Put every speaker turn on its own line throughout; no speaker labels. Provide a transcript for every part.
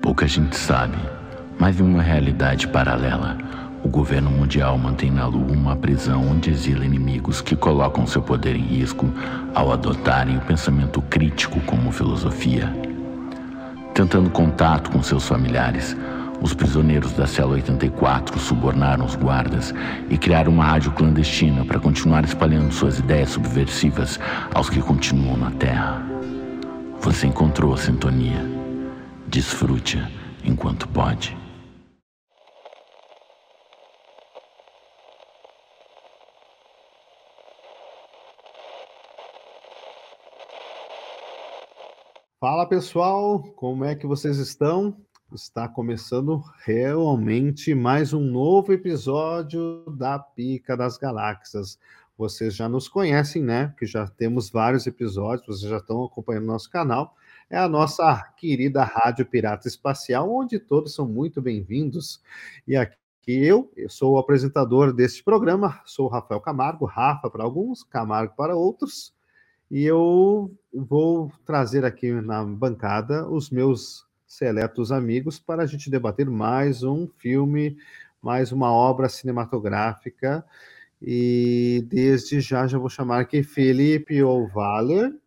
Pouca gente sabe, mas em uma realidade paralela, o governo mundial mantém na Lua uma prisão onde exila inimigos que colocam seu poder em risco ao adotarem o pensamento crítico como filosofia. Tentando contato com seus familiares, os prisioneiros da cela 84 subornaram os guardas e criaram uma rádio clandestina para continuar espalhando suas ideias subversivas aos que continuam na Terra. Você encontrou a sintonia. Desfrute enquanto pode.
Fala pessoal, como é que vocês estão? Está começando realmente mais um novo episódio da Pica das Galáxias. Vocês já nos conhecem, né? Que já temos vários episódios, vocês já estão acompanhando nosso canal. É a nossa querida Rádio Pirata Espacial, onde todos são muito bem-vindos. E aqui eu, eu sou o apresentador deste programa, sou o Rafael Camargo, Rafa para alguns, Camargo para outros. E eu vou trazer aqui na bancada os meus seletos amigos para a gente debater mais um filme, mais uma obra cinematográfica. E desde já já vou chamar aqui Felipe Ovaler,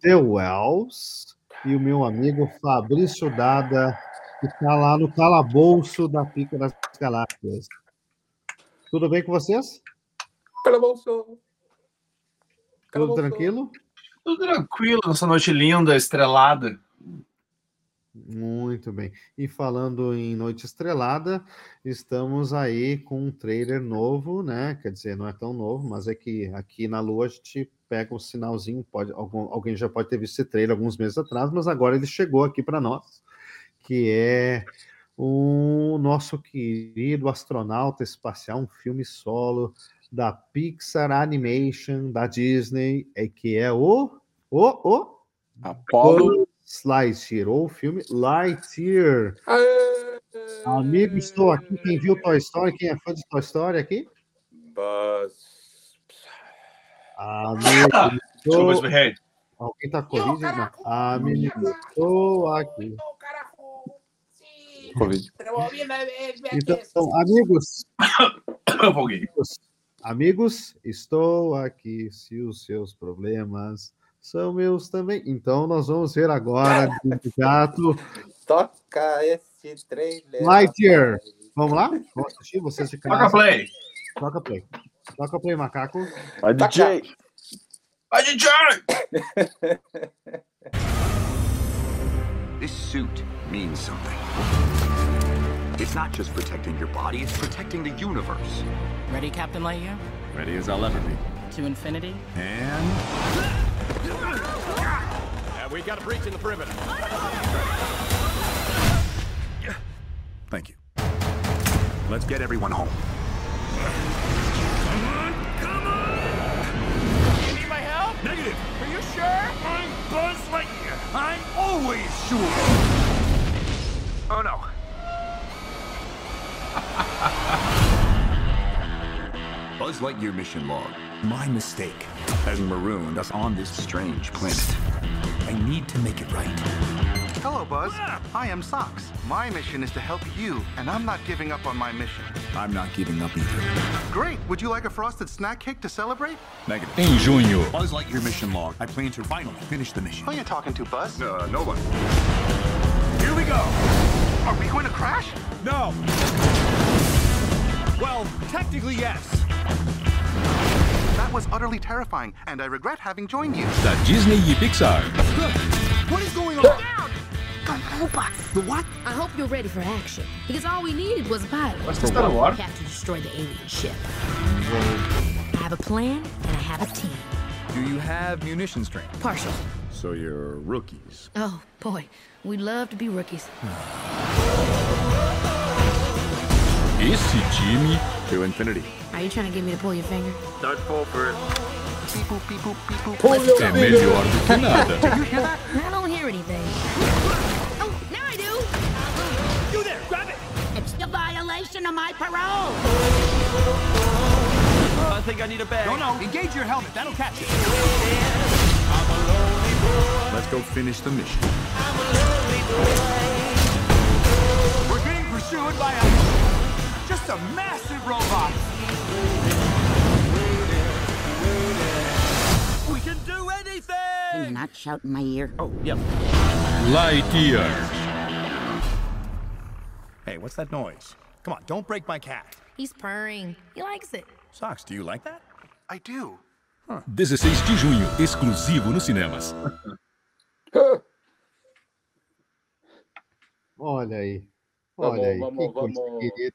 The Wells e o meu amigo Fabrício Dada, que está lá no calabouço da Pica das Galáxias. Tudo bem com vocês?
Calabouço!
Tudo tranquilo?
Tudo tranquilo nessa noite linda, estrelada.
Muito bem. E falando em Noite Estrelada, estamos aí com um trailer novo, né? Quer dizer, não é tão novo, mas é que aqui na Lua a gente pega um sinalzinho, pode, algum, alguém já pode ter visto esse trailer alguns meses atrás, mas agora ele chegou aqui para nós, que é o nosso querido astronauta espacial, um filme solo da Pixar Animation da Disney, é que é o o o
Apollo
Lightyear, ou o filme Lightyear.
Aê!
Amigo, estou aqui. Quem viu Toy Story, quem é fã de Toy Story aqui?
Buzz.
Amigo,
Desculpa,
estou...
esbarrei.
alguém tá com Covid? Não. Amigo, estou aqui.
Covid.
Então, amigos,
Eu folguei.
amigos, amigos, estou aqui. Se os seus problemas são meus também, então nós vamos ver agora de gato
Toca esse trailer.
Lightyear. Vamos lá? Vamos assistir vocês de
Toca
casa.
play.
Toca play. Toca play, macaco.
Vai,
Taca.
DJ.
Vai, DJ!
This suit means something. It's not just protecting your body, it's protecting the universe.
Ready, Captain Lightyear? Ready as I'll ever be. To infinity?
Thank you. Let's get everyone home. Come on, come on! You need my help? Negative. Are you sure? I'm Buzz Lightyear. I'm always sure. Oh no. Buzz Lightyear mission log. My mistake has marooned us on this strange planet. I need to make it right.
Hello, Buzz. I am Socks. My mission is to help you, and I'm not giving up on my mission.
I'm not giving up either.
Great. Would you like a frosted snack cake to celebrate?
Negative. Em junho. Buzz Lightyear mission log. I plan to finally finish the mission.
Who are you talking to, Buzz?
Uh, no one. Here we go.
Are we going to crash?
No. Well, technically yes.
That was utterly terrifying, and I regret having joined you.
Da Disney e Pixar. What is going on? The what?
I hope you're ready for action. Because all we needed was a pilot.
Mas que Star Wars?
We have to destroy the alien ship. I have a plan and I have a team.
Do you have munitions training?
Partial.
So you're rookies. Hmm.
Oh boy, we love to be rookies.
Esse time. To infinity.
Are you trying to get me to pull your finger?
Beep boop, beep boop, beep boop.
É melhor do que nada.
I don't hear anything. Oh, now I do. You there, grab it. It's the violation of my parole.
no, no. Engage your helmet. That'll catch it. Let's go finish the mission.
chewing by a just a massive robot. We can do anything.
Can you not shout in my ear?
Oh, yep.
Lightyear.
Hey, what's that noise? Come on, don't break my cat.
He's purring. He likes it.
Socks, do you like that?
I do.
16 de junho, exclusivo nos cinemas.
Olha aí.
Vamos,
Olha aí.
Tá vamos,
que coisa
vamos.
querida.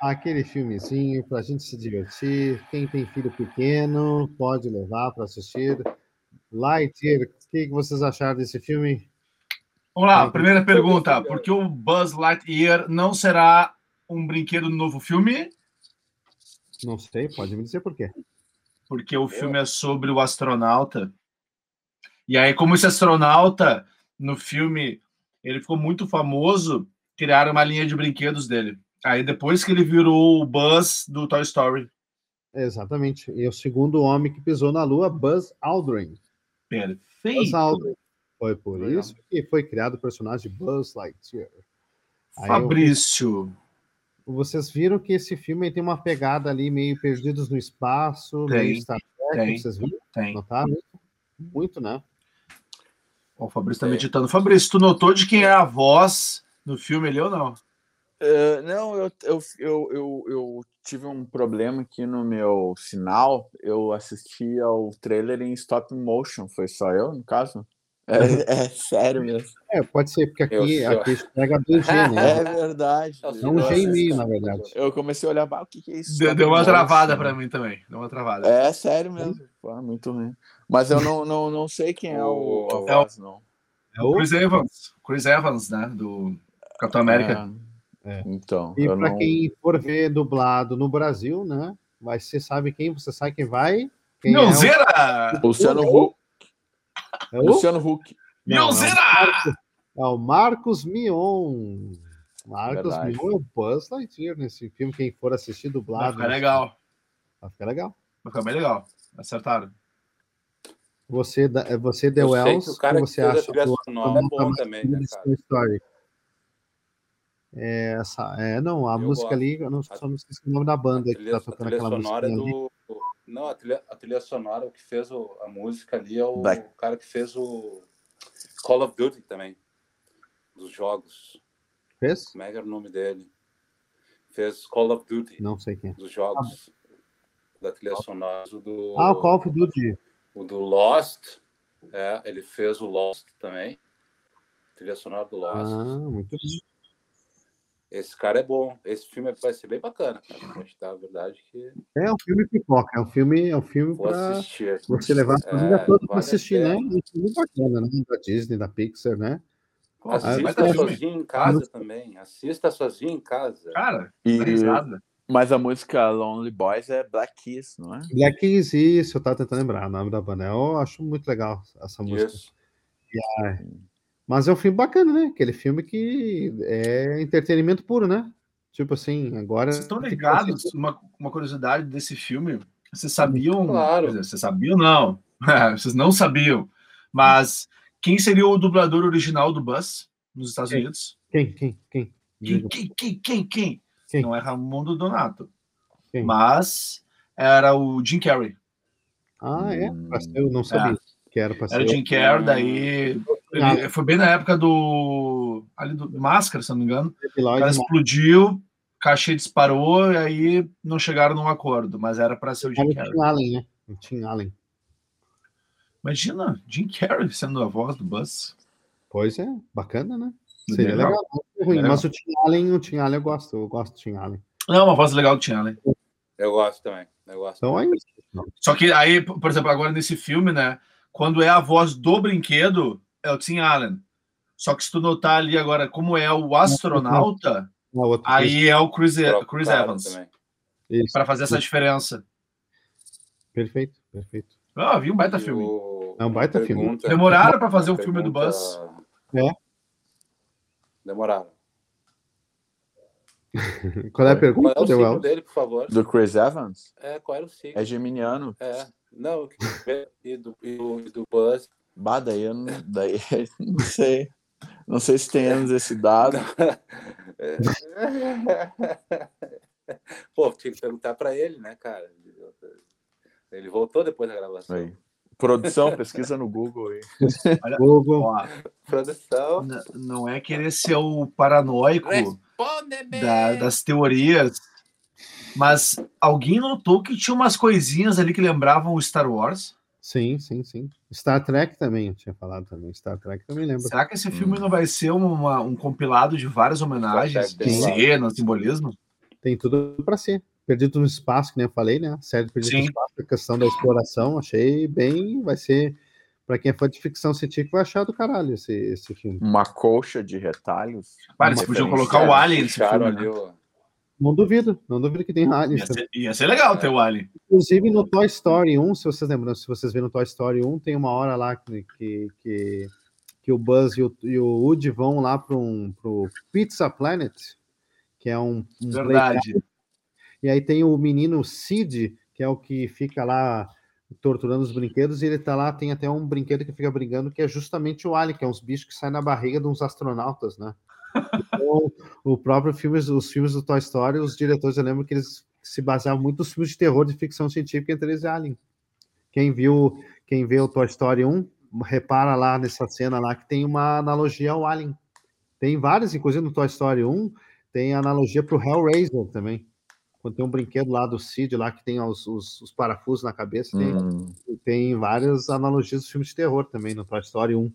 Aquele filmezinho pra gente se divertir. Quem tem filho pequeno pode levar para assistir. Lightyear, o que que vocês acharam desse filme?
Vamos lá, primeira pergunta. Por
né?
que o Buzz Lightyear não será um brinquedo no novo filme?
Não sei, pode me dizer por quê.
Porque o filme é sobre o astronauta. E aí, como esse astronauta no filme, ele ficou muito famoso, criaram uma linha de brinquedos dele. Aí depois que ele virou o Buzz do Toy Story.
Exatamente. E o segundo homem que pisou na Lua, Buzz Aldrin. Buzz
Perfeito.
Aldrin. Foi por isso que foi criado o personagem Buzz Lightyear. Aí eu-
Fabrício.
Vocês viram que esse filme tem uma pegada ali meio Perdidos no Espaço,
Tem,
meio Star Trek,
tem,
vocês viram?
tem.
Notaram? isso? Muito, né?
Ó, o Fabrício tá meditando. Fabrício, tu notou de quem é a voz no filme ali ou não?
Ah, não, eu, eu, eu, eu, eu tive um problema aqui no meu sinal. Eu assisti ao trailer em stop motion, foi só eu, no caso? É, é sério mesmo.
É, pode ser, porque
Eu
aqui,
sei.
aqui pega 2G,
É né?
né?
verdade.
É um G e meio, na verdade.
Eu comecei a olhar, "Bah, o que, que é isso?
Deu,
stop
deu uma
motion?"
travada pra mim também. Deu uma travada.
É sério mesmo. Pô, é muito ruim. Mas eu não, não, não sei quem é o a
É o-
voz, não.
É o Chris Evans. Chris Evans, né? Do Capitão América.
É,
É.
Então,
E
eu
para
não...
quem for ver dublado no Brasil, né? Vai, você sabe quem, você sabe quem vai. Quem é o-
Mionzeira!
Luciano Huck.
é o-
Luciano Huck.
Não, não.
Mionzeira!
É o Marcos Mion. Marcos
Verdade.
Mion é o Buzz Lightyear nesse filme. Quem for assistir
Vai
dublado.
ficar legal.
Vai ficar legal.
Vai ficar bem legal. Acertaram.
Você, da- você The
Eu sei que
Wells,
o cara que
você
fez a
acha
trilha
do-
sonora é
do-
bom
da música
também, né,
desse
cara?
Toy Story. É, essa, é, não, a
Eu
música
gosto.
ali, eu não, só não esqueci o nome da banda
a
que
trilha,
tá
a
tocando
trilha
aquela música.
sonora
ali.
do. Não, a trilha, a trilha sonora, o que fez o- a música ali é o
Da-
cara que fez o Call of Duty também. Dos jogos.
Fez?
Como é que era o nome dele? Fez Call of Duty
Não sei quem. é.
dos jogos. Da trilha sonora o do.
Ah, o Call of Duty.
O do Lost. É, ele fez o Lost também. Trilha sonora do Lost.
Ah, muito bem.
Esse cara é bom. Esse filme vai ser bem bacana, cara. Vou te dar a verdade que
É um filme pipoca, é um filme, é um filme
vou
pra
assistir.
você levar a família
É,
toda pra
vale a
assistir, né?
pena.
Um filme bacana, né? Da Disney, da Pixar, né? Ah, mas
Assista
tá
sozinho em casa também. Assista sozinho em casa.
Cara,
E-
dá risada.
mas a música Lonely Boys é Black Kiss, não é?
Black Keys, isso, eu tava tentando lembrar o nome da banda. Eu acho muito legal essa música.
Isso.
Mas é um filme bacana, né? Aquele filme que é entretenimento puro, né? Tipo assim, agora. assim,
Vocês estão ligados? Uma, uma curiosidade desse filme. Vocês sabiam?
Claro.
quer dizer, Vocês sabiam não? Vocês não sabiam. Mas quem seria o dublador original do Buzz nos Estados
Quem?
Unidos?
Quem, quem, quem?
Quem,
Diga.
quem, quem, quem, quem?
Quem?
Não é Ramundo Donato.
Quem?
Mas era o Jim Carrey.
Ah, é? Pra ser- Eu não sabia que era pra ser.
Era o Jim Carrey, daí. ele- foi bem na época do. Ali do, do Máscara, se eu não me engano. O
Epilogue,
cara
mas
explodiu, cachê disparou, e aí não chegaram num acordo, mas era pra ser o
era
Jim
o
Carrey.
Tim Allen, né? O Tim Allen.
Imagina, Jim Carrey sendo a voz do Buzz.
Pois é, bacana, né?
Bem
Seria
legal.
legal, não é ruim,
Legal.
mas o Tim Allen, o Tim Allen eu gosto, eu gosto do Tim Allen.
Não, uma voz legal do Tim Allen.
Eu gosto também. Eu gosto.
Então é isso.
Só que aí, por exemplo, agora nesse filme, né? Quando é a voz do brinquedo, é o Tim Allen. Só que se tu notar ali agora como é o astronauta,
Uma outra coisa.
aí é o Chris,
O próprio
Chris
cara
Evans.
também.
Isso,
Pra fazer essa diferença.
Perfeito, perfeito.
Ah, vi um baita
E
filme.
o-
É um baita
uma
filme. É.
pergunta-
Demoraram pra fazer
uma
um filme do
pergunta-
Buzz.
Demoraram.
Qual é a
Qual
Oi.
pergunta,
é o
Dewell?
signo dele, por favor?
Do Chris Evans?
É, qual era o signo?
É geminiano.
É. Não, eu queria ver. e do, e do, e do Buzz.
Bah, daí eu não, daí, eu não sei. Não sei se tem anos esse dado.
Pô, tinha que perguntar pra ele, né, cara? Ele voltou depois da gravação.
Aí. Produção, é pesquisa no Google aí.
Olha, Google. Ó,
Produção.
n- não é querer ser o paranoico
É.
da- das teorias, mas alguém notou que tinha umas coisinhas ali que lembravam o Star Wars?
Sim, sim, sim. Star Trek também, eu tinha falado também. Star Trek também lembra.
Será que esse filme não vai ser uma- um compilado de várias homenagens,
Star Trek,
de
claro.
cenas, simbolismo?
Tem tudo pra ser. Perdido no espaço, que nem eu falei, né? A série Perdido no
Sim.
espaço, a questão da exploração, achei bem. Vai ser. Pra quem é fã de ficção científica, vai achar do caralho esse, esse filme.
Uma colcha de retalhos.
Cara, eles
Uma
podiam
referência.
colocar o Alien nesse
Deixaram
filme,
ali
né?
o-
Não duvido, não duvido que tem aliens.
Ia ser,
também.
ia ser legal ter o Alien.
Inclusive no Toy Story 1, se vocês lembram, se vocês viram Toy Story 1, tem uma hora lá que, que, que, que o Buzz e o, e o Woody vão lá para um pro Pizza Planet, que é um, um
Verdade.
playground. E aí tem o menino Sid, que é o que fica lá torturando os brinquedos, e ele tá lá, tem até um brinquedo que fica brigando, que é justamente o Alien, que é uns bichos que saem na barriga de uns astronautas, né? Então, o próprio filme, os filmes do Toy Story, os diretores, eu lembro que eles se baseavam muito nos filmes de terror de ficção científica, entre eles é Alien. Quem viu, quem vê o Toy Story 1, repara lá nessa cena lá que tem uma analogia ao Alien. Tem várias, inclusive no Toy Story 1, tem analogia para o Hellraiser também. Quando tem um brinquedo lá do Cid, lá que tem os, os- os parafusos na cabeça, tem,
Hum.
tem várias analogias dos filmes de terror também no Toy Story 1.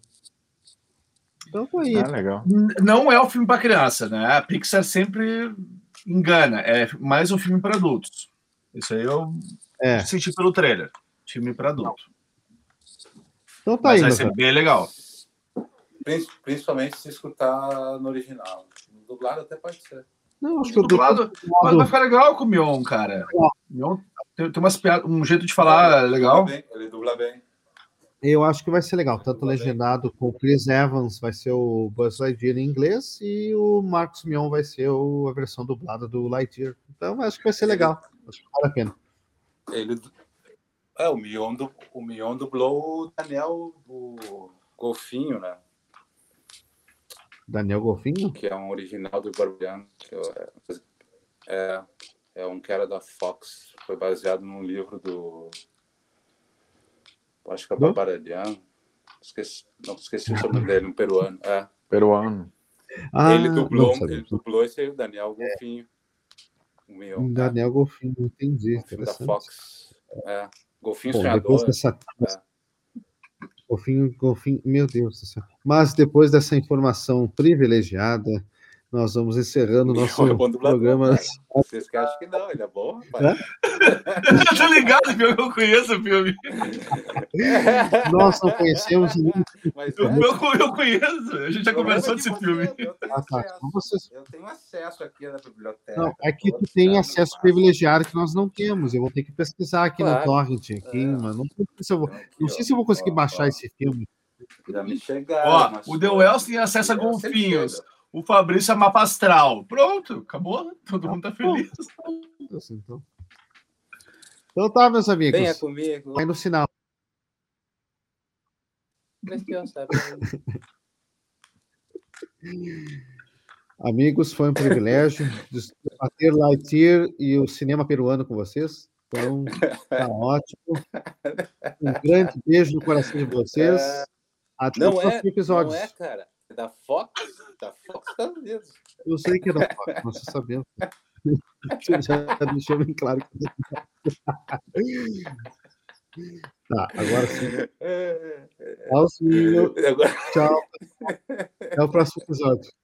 Então tá aí.
Ah, legal.
N- Não é um filme para criança, né? A Pixar sempre engana. É mais um filme para adultos. Isso aí eu
É.
senti pelo trailer. Filme para adulto.
Então tá
Mas
aí,
vai
meu
ser
cara.
bem legal.
Prin- Principalmente se escutar no original. No dublado até pode ser.
Não, acho que eu
Dublado, mas vai ficar legal com o Mion, cara. Mion tem, tem umas piadas, um jeito de falar legal.
Ele dubla bem, Ele dubla bem.
Eu acho que vai ser legal, tanto legendado com o Chris Evans, vai ser o Buzz Lightyear em inglês, e o Marcos Mion vai ser o- a versão dublada do Lightyear. Então acho que vai ser legal, acho que vale a pena.
Ele... du- É, o Mion, du... o Mion dublou o Daniel do Golfinho, né?
Daniel Golfinho?
Que é um original do Barbiano. que eu- É... é um que era da Fox. Foi baseado num livro do. Acho que é
Do?
Barbaradiano. Esqueci... Não esqueci o sobrenome dele, um peruano. É.
Peruano.
ele
Ah,
dublou, um
não sabia. É.
ele dublou esse aí, o Daniel Golfinho. O Mion.
Daniel Golfinho, entendi.
né? Um da
interessante.
Fox. É. Golfinho
Bom,
sonhador.
depois dessa-
é.
Golfinho, golfinho, meu Deus do céu. Mas depois dessa informação privilegiada, nós vamos encerrando o
Mion
nosso
é bom dublador,
programa.
cara. Vocês que acham que não, ele é bom, rapaz.
tá ligado, Mion, que eu conheço o filme.
É. Nós não conhecemos nenhum.
é,
Eu, eu conheço, a gente já conversou desse filme.
Ah, tá. Então vocês
Eu tenho acesso aqui na biblioteca.
Não, aqui tu tem acesso privilegiado que nós não temos. Eu vou ter que pesquisar aqui
né? Claro. É.
no torrent, aqui, mas não sei se eu
Então,
vou, não sei se eu vou conseguir baixar esse filme.
Já me chegaram.
Ó,
mas- é
o The Wells tem acesso a golfinhos. O Fabrício é mapa astral. Pronto, acabou. Todo mundo tá feliz.
Assim, Então, então tá, meus amigos.
Venha comigo.
Vai no sinal.
Mas que eu sabe.
Amigos, foi um privilégio de bater Lightyear e o cinema peruano com vocês. Então, tá ótimo. Um grande beijo no coração de vocês. Até o
É. Não é,
próximo episódio.
não é, cara. É da Fox, da Fox Estados Unidos.
Eu sei que é não, Fábio, nós só sabemos. Você já deixou bem claro que não. é. Tá, agora sim.
É, é, é.
Tchauzinho.
Agora-
Tchau. Até o próximo episódio.